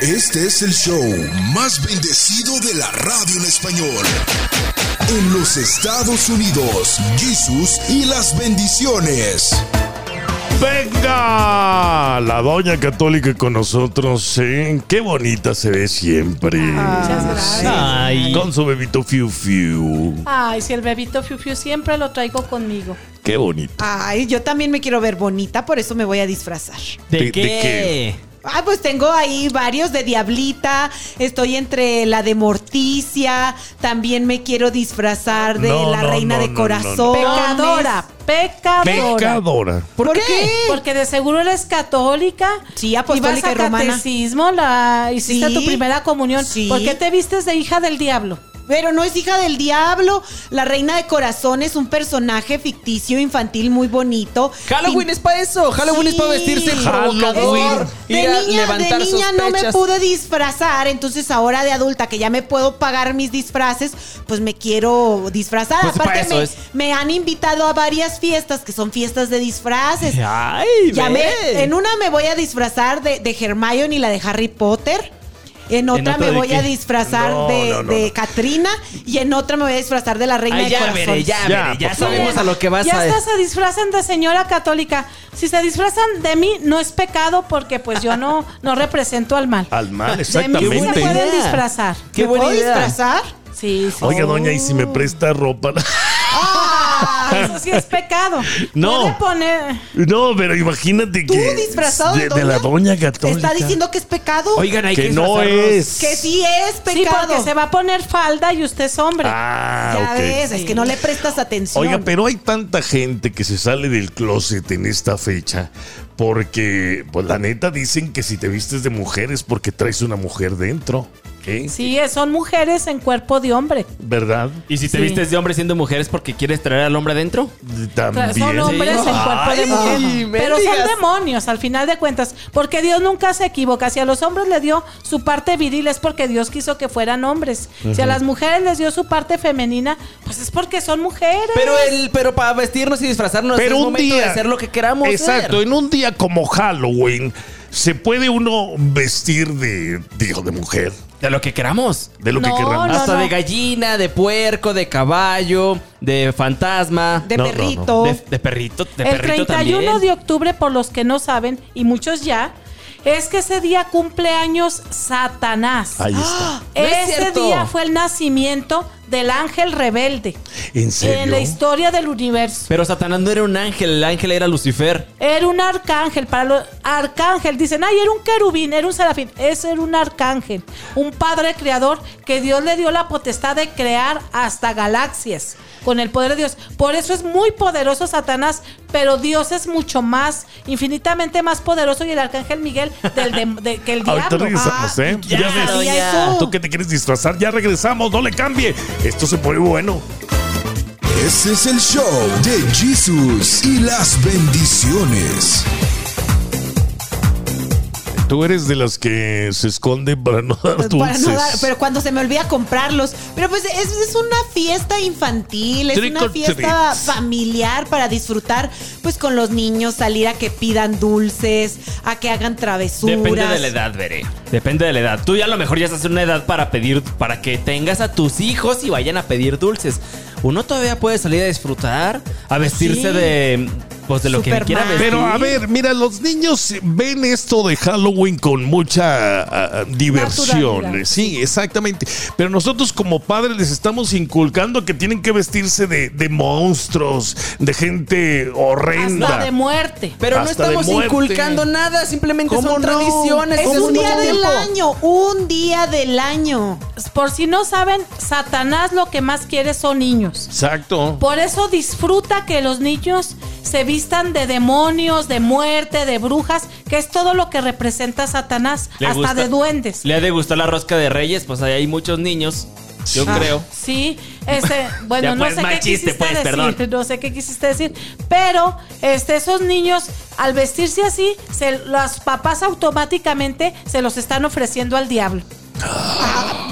Este es el show más bendecido de la radio en español. En los Estados Unidos, Jesús y las bendiciones. Venga, la doña católica con nosotros, ¿sí? Qué bonita se ve siempre. Muchas gracias. Ay, Con su bebito fiu fiu. Ay, si el bebito Fiu Fiu siempre lo traigo conmigo. Qué bonito. Ay, yo también me quiero ver bonita, por eso me voy a disfrazar. ¿De, ¿De- de qué? qué? Ah, pues tengo ahí varios de Diablita, estoy entre la de Morticia, también me quiero disfrazar de No, la no, Reina no, de no, Corazón. Pecadora, pecadora. Pecadora. ¿Por, qué? Porque de seguro eres católica. Sí, apostólica ibas a y romana. catecismo, la hiciste Sí. tu primera comunión. Sí. ¿Por qué te vistes de hija del diablo? Pero no es hija del diablo. La Reina de Corazón es un personaje ficticio infantil muy bonito. Halloween es para eso. Halloween es para vestirse Sí. provocador. De ir a niña, levantar de niña no me sospechas. pude disfrazar, entonces ahora de adulta que ya me puedo pagar mis disfraces, pues me quiero disfrazar. Pues para Aparte eso me, es. me han invitado a varias fiestas que son fiestas de disfraces. Ay, Ya me- ve. en una me voy a disfrazar de, de Hermione y la de Harry Potter. En otra otra me de voy qué? a disfrazar No, de, no, no, de no. Katrina y en otra me voy a disfrazar de la reina Ay, de ya corazón. veré, ya, Ya, veré. Ya por sabemos favor. a lo que vas ya a hasta se disfrazan de señora católica. Si se disfrazan de mí, no es pecado porque pues yo no, no represento al mal. Al mal, De mí se exactamente. pueden disfrazar. Qué ¿Me buena puedo idea. disfrazar? Sí, sí. Oiga, doña, ¿y si me presta ropa? Ah, eso sí es pecado. No. Puede poner... No, pero imagínate ¿Tú que. disfrazado de, de la doña católica. ¿Está diciendo que es pecado? Oigan, hay que que no disfrazarnos. es. Que sí es Sí, pecado. porque se va a poner falda y usted es hombre. Ah, ya ok. ves, es que no le prestas atención. Oiga, pero hay tanta gente que se sale del closet en esta fecha porque, pues la neta, dicen que si te vistes de mujer es porque traes una mujer dentro. ¿eh? Sí, eh, son mujeres en cuerpo de hombre. ¿Verdad? ¿Y si te Sí. vistes de hombre siendo mujer es porque quieres traer al hombre adentro? Tra- También. Son hombres Sí. en cuerpo de Ay, mujer. Pero son mendigas. demonios, al final de cuentas. Porque Dios nunca se equivoca. Si a los hombres le dio su parte viril es porque Dios quiso que fueran hombres. Si a las mujeres les dio su parte femenina, pues es porque son mujeres. Pero el, pero para vestirnos y disfrazarnos Pero es un momento día. de hacer lo que queramos. Exacto, hacer. en un día como Halloween, se puede uno vestir de, digo, de mujer, De lo que queramos. de lo que No, queramos. no, Hasta de gallina, de puerco, de caballo, de fantasma, de no, no, no. perrito. de, de perrito, de el perrito 31 también. de octubre, por los que no saben, y muchos ya, es que ese día cumple años Satanás. Ahí está. No es Ese cierto. día fue el nacimiento del ángel rebelde ¿En en la serio? historia del universo. Pero Satanás no era un ángel, el ángel era Lucifer. Era un arcángel, para los arcángel dicen, ay, era un querubín, era un serafín, ese era un arcángel, un padre creador que Dios le dio la potestad de crear hasta galaxias con el poder de Dios. Por eso es muy poderoso Satanás, pero Dios es mucho más, infinitamente más poderoso y el arcángel Miguel del dem- de- que el Ahorita diablo. Ah, regresamos, ¿eh? ya Ah, ves. sabía Tú que te quieres disfrazar, ya regresamos, no le cambie. Esto se pone bueno. Ese Este es el show de Jesús y las bendiciones. Tú eres de las que se esconde para no dar dulces. Pues Para no dar- pero cuando se me olvida comprarlos. Pero pues es, es una fiesta infantil, es Trick una or fiesta treat. familiar para disfrutar pues con los niños, salir a que pidan dulces, a que hagan travesuras. Depende de la edad, veré. Depende de la edad. Tú ya a lo mejor ya estás en una edad para pedir, para que tengas a tus hijos y vayan a pedir dulces. Uno todavía puede salir a disfrutar, a vestirse Pues Sí. de, pues de lo que Superman. quiera vestir. Pero a ver, mira, los niños ven esto de Halloween con mucha ah, ah, diversión. Naturalidad. Sí, exactamente. Pero nosotros como padres les estamos inculcando que tienen que vestirse de, de monstruos, de gente horrenda. Hasta de muerte. Pero no Hasta de estamos muerte. inculcando nada, simplemente ¿Cómo son no? tradiciones. Es desde un hace día mucho del tiempo. año, un día del año. Por si no saben, Satanás lo que más quiere son niños. Exacto. Por eso disfruta que los niños se vistan de demonios, de muerte, de brujas, que es todo lo que representa Satanás, Le hasta gusta- de duendes. Le ha de gustar la rosca de reyes, pues ahí hay muchos niños, yo Ah, creo. Sí, este, bueno, Ya, pues, no sé mal qué chiste, quisiste pues, decir, perdón. no sé qué quisiste decir, pero este, esos niños al vestirse así, se, los papás automáticamente se los están ofreciendo al diablo.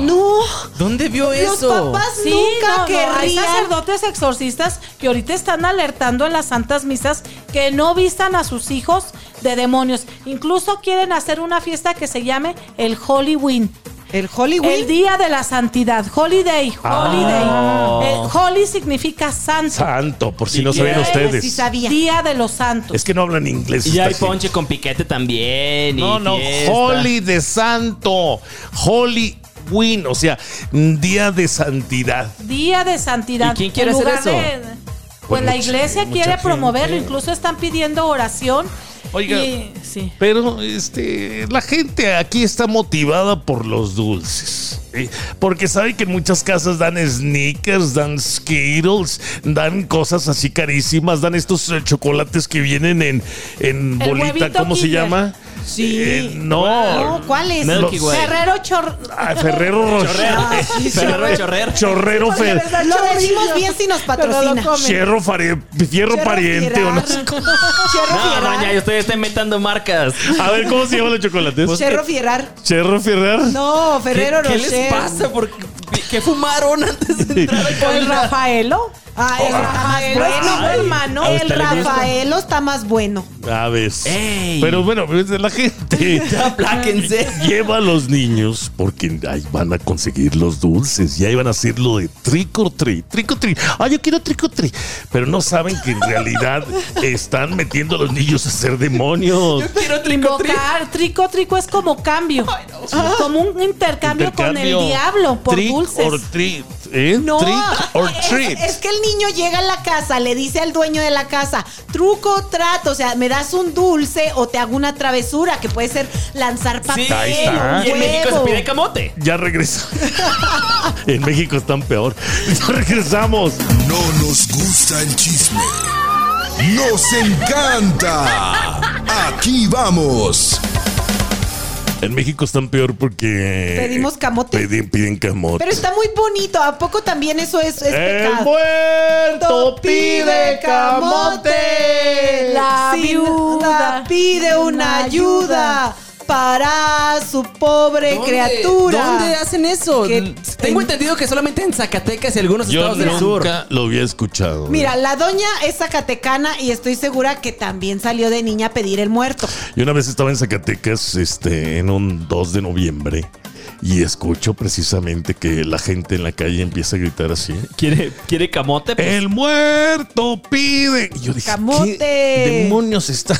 No, ¿Dónde vio los eso? papás Sí, nunca no, no, hay querrían sacerdotes exorcistas que ahorita están alertando en las santas misas que no vistan a sus hijos de demonios. Incluso quieren hacer una fiesta que se llame el Halloween. El Hollywood. El día de la santidad, holiday, holiday. Ah. El holy significa santo. Santo, por si Y no que- saben Ay, ustedes. Sí sabía. Día de los santos. Es que no hablan inglés. Y esta hay gente. ponche con piquete también. y No, no, fiesta. Holy de Santo. Holy Win, o sea, día de santidad. Día de santidad. ¿Y quién quiere En hacer lugar eso? de- pues Pues la mucha- iglesia mucha quiere gente. promoverlo, incluso están pidiendo oración. Oiga. y- sí. Pero este, la gente aquí está motivada por los dulces. ¿sí? Porque sabe que en muchas casas dan sneakers, dan Skittles, dan cosas así carísimas, dan estos eh, chocolates que vienen en, en El bolita, huevito ¿cómo se Kinder. llama? Sí. Eh, no. Wow, ¿cuál es? Milky Los- Way. Ferrero Chor. Ah, Ferrero Chorrero. Rocher. Ferrero y chorrer. Chorrero Fer. Lo decimos bien si nos patrocina. Fierro, fare- fierro pariente o no sé cómo. No, no, ya ustedes están inventando marcas. A ver, ¿cómo se llaman los chocolates? Pues Cherro Fierrar. Cherro Ferrer. No, Ferrero pues ¿Qué, qué les Rocher. pasa? ¿Por qué, qué fumaron antes de entrar al O el Rafaelo. Ah, Oh, el Rafaelo Rafaelo está es más tu bueno. hermano. A El usted le gusta. Rafaelo está más bueno. A ver. Ey. Pero bueno, pues, la gente Ya apláquense. lleva a los niños porque ahí van a conseguir los dulces y ahí van a hacer lo de trick or treat. Trick or treat. Ah, yo quiero trick or treat. Pero no saben que en realidad están metiendo a los niños a ser demonios. Quiero trinco, trinco. Invocar, trico, trico es como cambio. Como un intercambio, con el Intercambio. diablo por trick dulces. Or treat, ¿eh? No, Trick or es- treat. Es, que el niño llega a la casa, le dice al dueño de la casa, truco, trato, o sea, me das un dulce o te hago una travesura, que puede ser lanzar papel, Sí, Ahí está. un y en México se huevo. pide camote. Ya regresa. en México están peor. Ya regresamos. No nos gusta el chisme. Nos encanta. Aquí vamos. En México están peor porque. Pedimos camote. Piden, piden camote. Pero está muy bonito, ¿a poco también eso es, es El pecado? muerto pide camote. La Sin- viuda pide una una ayuda para su pobre ¿Dónde- criatura. ¿Dónde hacen eso? Que- Tengo en- entendido que solamente en Zacatecas y algunos Yo estados del sur. nunca lo había escuchado. Mira, la doña es zacatecana y estoy segura que también salió de niña a pedir el muerto. Yo una vez estaba en Zacatecas, este, en un 2 de noviembre. Y escucho precisamente que la gente en la calle empieza a gritar así. ¿Quiere, quiere camote? El muerto pide. Y yo dije, Camote. ¿qué demonios están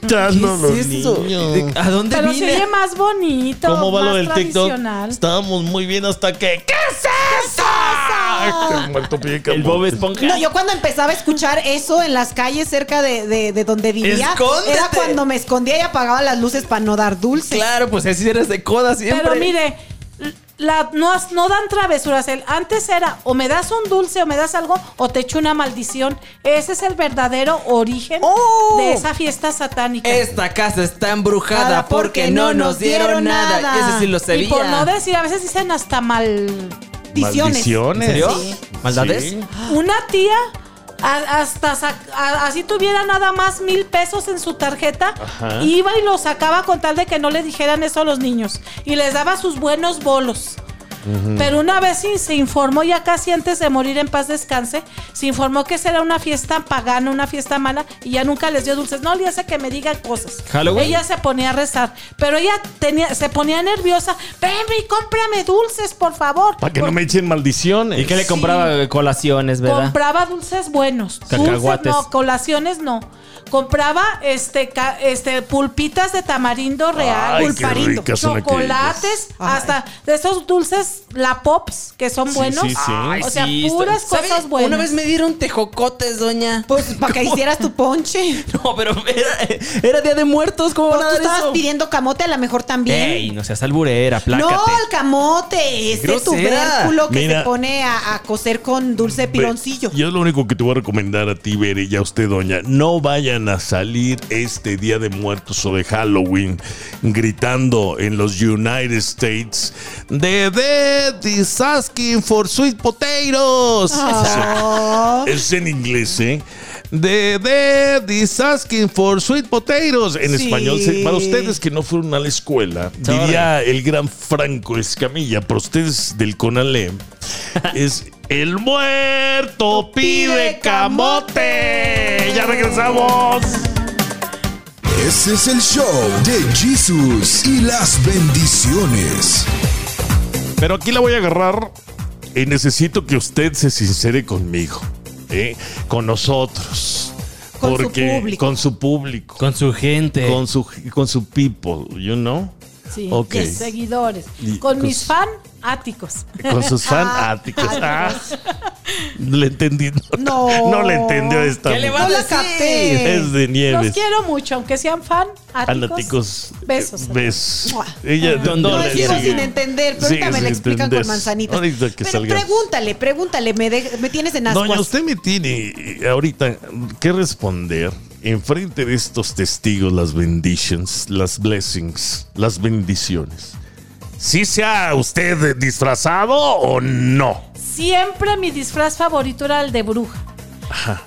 gritando ¿Qué los es eso? niños? ¿De- ¿A dónde Pero se vine? oye más bonito. ¿Cómo va más lo del TikTok? tradicional. Estábamos muy bien hasta que. ¿Qué es eso? El muerto pide El camote. Bob Esponja. No, yo cuando empezaba a escuchar eso en las calles cerca de, de- de donde vivía, ¡Escóndete! era cuando me escondía y apagaba las luces para no dar dulce. Claro, pues así eres de coda siempre. Pero mire, la- no, has- no dan travesuras. El, antes era o me das un dulce o me das algo o te echo una maldición. Ese es el verdadero origen ¡Oh! de esa fiesta satánica. Esta casa está embrujada Nada, Ah, porque no nos dieron nada. Ese sí lo sabía. Y por no decir, a veces dicen hasta mal. Maldiciones. Maldiciones. ¿En serio? Sí. ¿Maldades? Sí. Una tía a- hasta sac- a- así tuviera nada más mil pesos en su tarjeta, Ajá. iba y lo sacaba con tal de que no le dijeran eso a los niños y les daba sus buenos bolos. Pero una vez sí se informó, ya casi antes de morir en paz descanse, se informó que esa era una fiesta pagana, una fiesta mala, y ya nunca les dio dulces. No le hace que me digan cosas. Halloween. Ella se ponía a rezar, pero ella tenía, se ponía nerviosa. Ven y cómprame dulces, por favor. Para que no me echen maldiciones. ¿Y qué le compraba? Colaciones, ¿verdad? Compraba dulces buenos. Cacahuates. Dulces no, colaciones no. Compraba este, ca- este pulpitas de tamarindo real, Ay, qué pulparindo, ricas son chocolates, aquellas. Ay. hasta de esos dulces la pops que son buenos. sí, sí. Ay, O sea, sí, puras está- cosas ¿Sabe? buenas. Una vez me dieron tejocotes, doña. Pues para que hicieras tu ponche. No, pero era, era día de muertos. ¿Cómo Pues van a tú dar estabas eso? pidiendo camote, a lo mejor también. Ey, no seas alburera, no, plácate. el camote, ese Grosera. tubérculo que Mira. se pone a, a cocer con dulce Ve, piloncillo. Yo lo único que te voy a recomendar a ti, Bere, y a usted, doña, no vayan a salir este día de muertos o de Halloween gritando en los United States, The dead is asking for sweet potatoes. Ah. Es en inglés, ¿eh? The dead is asking for sweet potatoes. En Sí. español, se- para ustedes que no fueron a la escuela, Sorry. diría el gran Franco Escamilla, para ustedes del CONALEM, es El muerto pide camote. Ya regresamos. Este es el show de Jesús y las bendiciones. Pero aquí la voy a agarrar y necesito que usted se sincere conmigo, ¿eh? con nosotros. Con su porque, público. Con su público. Con su gente. Con su, con su people, you know? Sí, Ok. de seguidores. Y- con con mis su- fan áticos. Con sus fanáticos. Ah, le entendí. No, No. no le entendió esta. ¿Qué le mujer. vas a No la decir? capté. Es de Los nieves. quiero mucho, aunque sean fan áticos. Fanáticos. eh, Besos. Besos. Mua. Ella Donde no Lo le hicieron sigue. sin entender, pero Sí, ahorita me sin la explican entender. con manzanitas. Ahorita que Pero pues. salgas. pregúntale, pregúntale, me, de- me tienes en ascuas. Doña, usted me tiene eh, ahorita que responder enfrente de estos testigos las benditions, las blessings, las bendiciones. ¿Sí se ha usted disfrazado o no? Siempre mi disfraz favorito era el de bruja.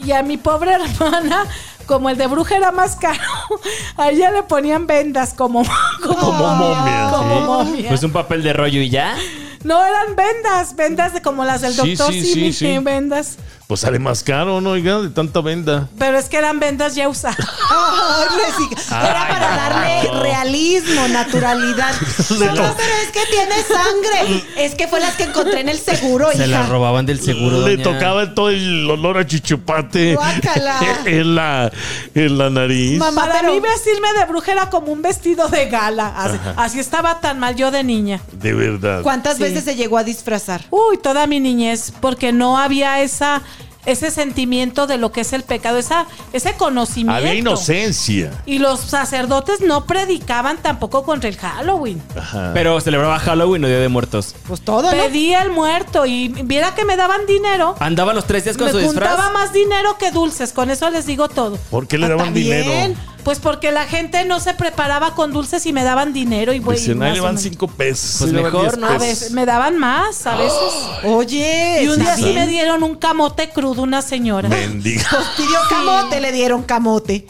Y a mi pobre hermana, como el de bruja era más caro, a ella le ponían vendas como, como, Como momia. como Sí. momia. Pues un papel de rollo y ya. No eran vendas, vendas de como las del Sí, doctor sí, sí, sí, sí. vendas. Pues sale más caro, ¿no? Oiga, de tanta venda. Pero es que eran vendas ya usadas. Ay, recicla- Era Ay, para darle no. realismo, naturalidad. Se No, lo- pero es que tiene sangre. Es que fue las que encontré en el seguro, Se la hija. robaban del seguro. Le doña. tocaba todo el olor a chichupate Guácala. en la, en la nariz. Mamá, Para pero- mí vestirme de bruja era como un vestido de gala. Así, así estaba tan mal yo de niña. De verdad. ¿Cuántas Sí. veces se llegó a disfrazar? Uy, toda mi niñez, porque no había esa ese sentimiento de lo que es el pecado, esa ese conocimiento. Había inocencia. Y los sacerdotes no predicaban tampoco contra el Halloween. Ajá. Pero celebraba Halloween o Día de Muertos. Pues todo, ¿no? Pedía el muerto y viera que me daban dinero. Andaba los tres días Ah, con Me su disfraz. juntaba más dinero que dulces, con eso les digo todo. ¿Por qué le daban Ah, también. dinero? Pues porque la gente no se preparaba con dulces y me daban dinero y güey. Dicen, ahí más Pues le o van menos". cinco pesos. Pues ahí le van mejor, diez ¿no? A pesos. veces me daban más, a veces. Oye, Y un día ¿sabes? sí me dieron un camote crudo una señora. Mendiga. pidió camote, le dieron camote.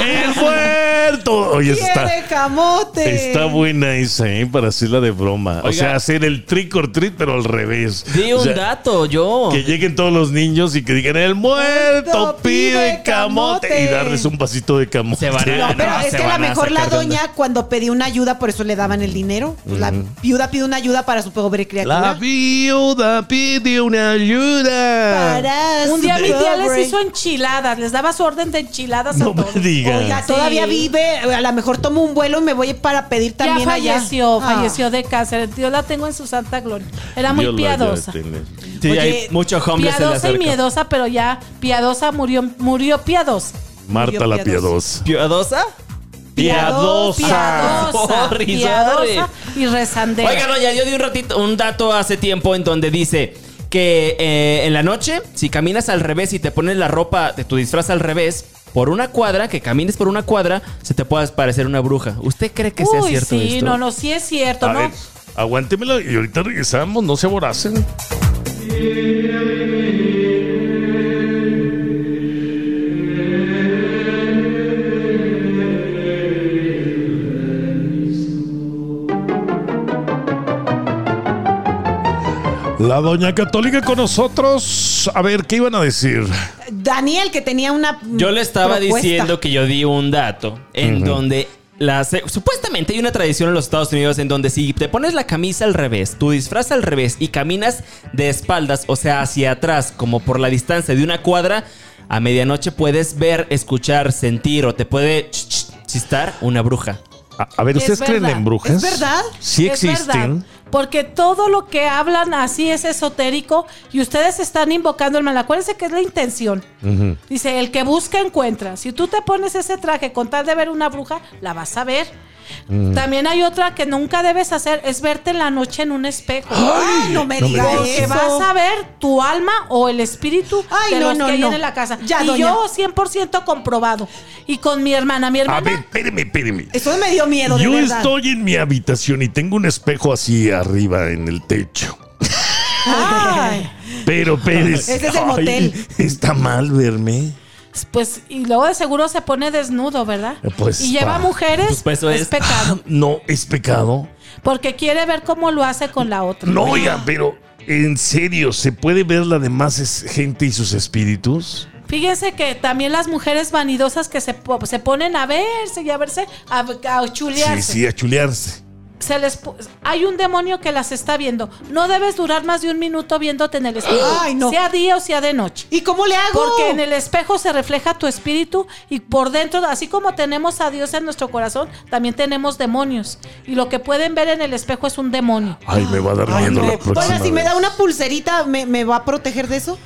¡El muerto! Oye, está, Quiere camote. está buena esa, ¿eh? Para hacerla de broma. O Oiga. sea, hacer el trick or treat, pero al revés. Di O un sea, dato, yo. Que lleguen todos los niños y que digan, el muerto Muerto pide pide camote". camote. Y darles un vasito de camote. Se van Ah, a- No, pero No, es se que a van lo a mejor la sacar de onda. doña cuando pedía una ayuda, por eso le daban el dinero. Pues La viuda pide una ayuda para su pobre criatura. La viuda pide una ayuda. Para Un su día mi tía pobre- les hizo enchiladas, les daba su orden de enchiladas No a me todos. digas. Oiga, Sí. todavía vive, a lo mejor tomo un vuelo y me voy para pedir Ya también allá. falleció, Ah. falleció de cáncer. Yo la tengo en su santa gloria. Era muy Dios la haya piadosa. de tener. Sí, Oye, hay muchos hombres en la Piadosa y cerca. miedosa, pero ya piadosa murió, murió piadosa. Marta la piadosa. ¿Piadosa? Oh, Piadosa. Piadosa, Ah, Sorry, piadosa y rezandera. Oigan, oye, yo di un ratito, un dato hace tiempo en donde dice que eh, en la noche, si caminas al revés y te pones la ropa de tu disfraz al revés, por una cuadra, que camines por una cuadra, se te puede parecer una bruja. ¿Usted cree que sea Uy, cierto sí, esto? no, no, sí es cierto, A ¿no? ver, aguántemela y ahorita regresamos, no se aboracen. La doña católica con nosotros. A ver, ¿qué iban a decir? Daniel, que tenía una. mm, Yo le estaba propuesta. diciendo que yo di un dato en donde la se- supuestamente hay una tradición en los Estados Unidos en donde si te pones la camisa al revés, tu disfraz al revés y caminas de espaldas, o sea, hacia atrás, como por la distancia de una cuadra, a medianoche puedes ver, escuchar, sentir o te puede ch- ch- chistar una bruja. A, a ver, Es ¿ustedes creen verdad, en brujas? ¿es verdad? Sí Es verdad, existen. porque todo lo que hablan así es esotérico y ustedes están invocando el mal. Acuérdense que es la intención. Dice, el que busca encuentra. Si tú te pones ese traje con tal de ver una bruja, la vas a ver. También hay otra que nunca debes hacer, es verte en la noche en un espejo. Ah, no me No me digas digas Porque eso. vas a ver tu alma o el espíritu Ay, de no, los no, que hay no. en la casa. Ya, y doña. yo 100% comprobado. Y con mi hermana, mi A hermana ver, espéreme, espéreme. Eso me dio miedo, de Yo verdad. estoy en mi habitación y tengo un espejo así arriba en el techo. Ay, Pero Pérez. Ese es el ay, motel. Está mal verme. Pues, y luego de seguro se pone desnudo, ¿verdad? Eh, pues, y lleva pa- mujeres, pues, pues, eso es, es. pecado. No, es pecado. Porque quiere ver cómo lo hace con la otra. No, oiga, pero ¿En serio se puede ver la demás es- gente y sus espíritus? Fíjense que también las mujeres vanidosas que se, po- se ponen a verse y a verse, a, a chulearse. Sí, sí, a chulearse. Se les pu- hay un demonio que las está viendo. No debes durar más de un minuto viéndote en el espejo. Ay, no. Sea día o sea de noche. ¿Y cómo le hago? Porque en el espejo se refleja tu espíritu y por dentro, así como tenemos a Dios en nuestro corazón, también tenemos demonios. Y lo que pueden ver en el espejo es un demonio. Ay, me va a dar Ay, miedo no. la próxima Oiga, si me vez. da una pulserita, ¿me, me va a proteger de eso?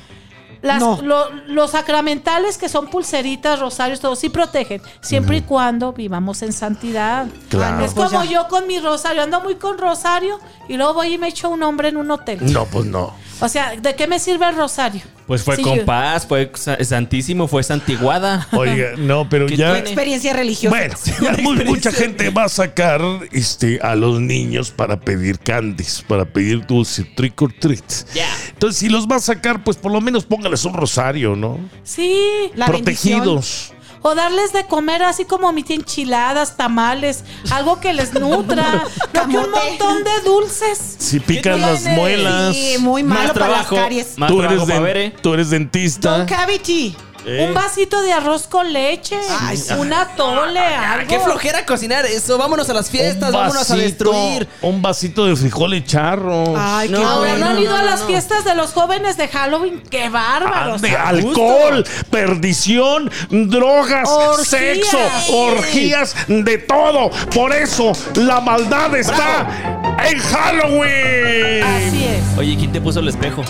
Las- No. lo- los sacramentales que son pulseritas, rosarios, todo sí protegen, siempre y cuando vivamos en santidad. Claro. Es Pues como ya. yo con mi rosario, ando muy con rosario y luego voy y me echo un hombre en un hotel. No, pues no. O sea, ¿de qué me sirve el rosario? Pues fue Sí, yo- compás, fue sa- santísimo, fue santiguada. Oiga, no, pero ¿Qué ya. tiene? Experiencia religiosa. Bueno, ya mu- mucha gente va a sacar este, a los niños para pedir candies, para pedir dulce, trick or treat. Ya. Entonces, si los va a sacar, pues por lo menos póngales un rosario, ¿no? Sí, La bendición. Protegidos. o darles de comer así como mi tía enchiladas, tamales, algo que les nutra, no que un Camote. montón de dulces. Si pican las tiene? muelas. Sí, muy malo Más para trabajo, las caries. más tú, trabajo eres para den- ver, ¿eh? tú eres dentista. Don Cavity. ¿eh? Un vasito de arroz con leche, Ay, sí. una tole, algo. Qué flojera cocinar eso. Vámonos a las fiestas, vámonos a destruir. un vasito de frijoles charros. Ay, qué No, Ahora, bueno. ¿no han ido a no, las no. fiestas de los jóvenes de Halloween? ¡Qué bárbaros! Ande, alcohol, perdición, drogas, Orgías. sexo, orgías, de todo. Por eso la maldad está en Halloween. Así es. Oye, ¿quién te puso el espejo?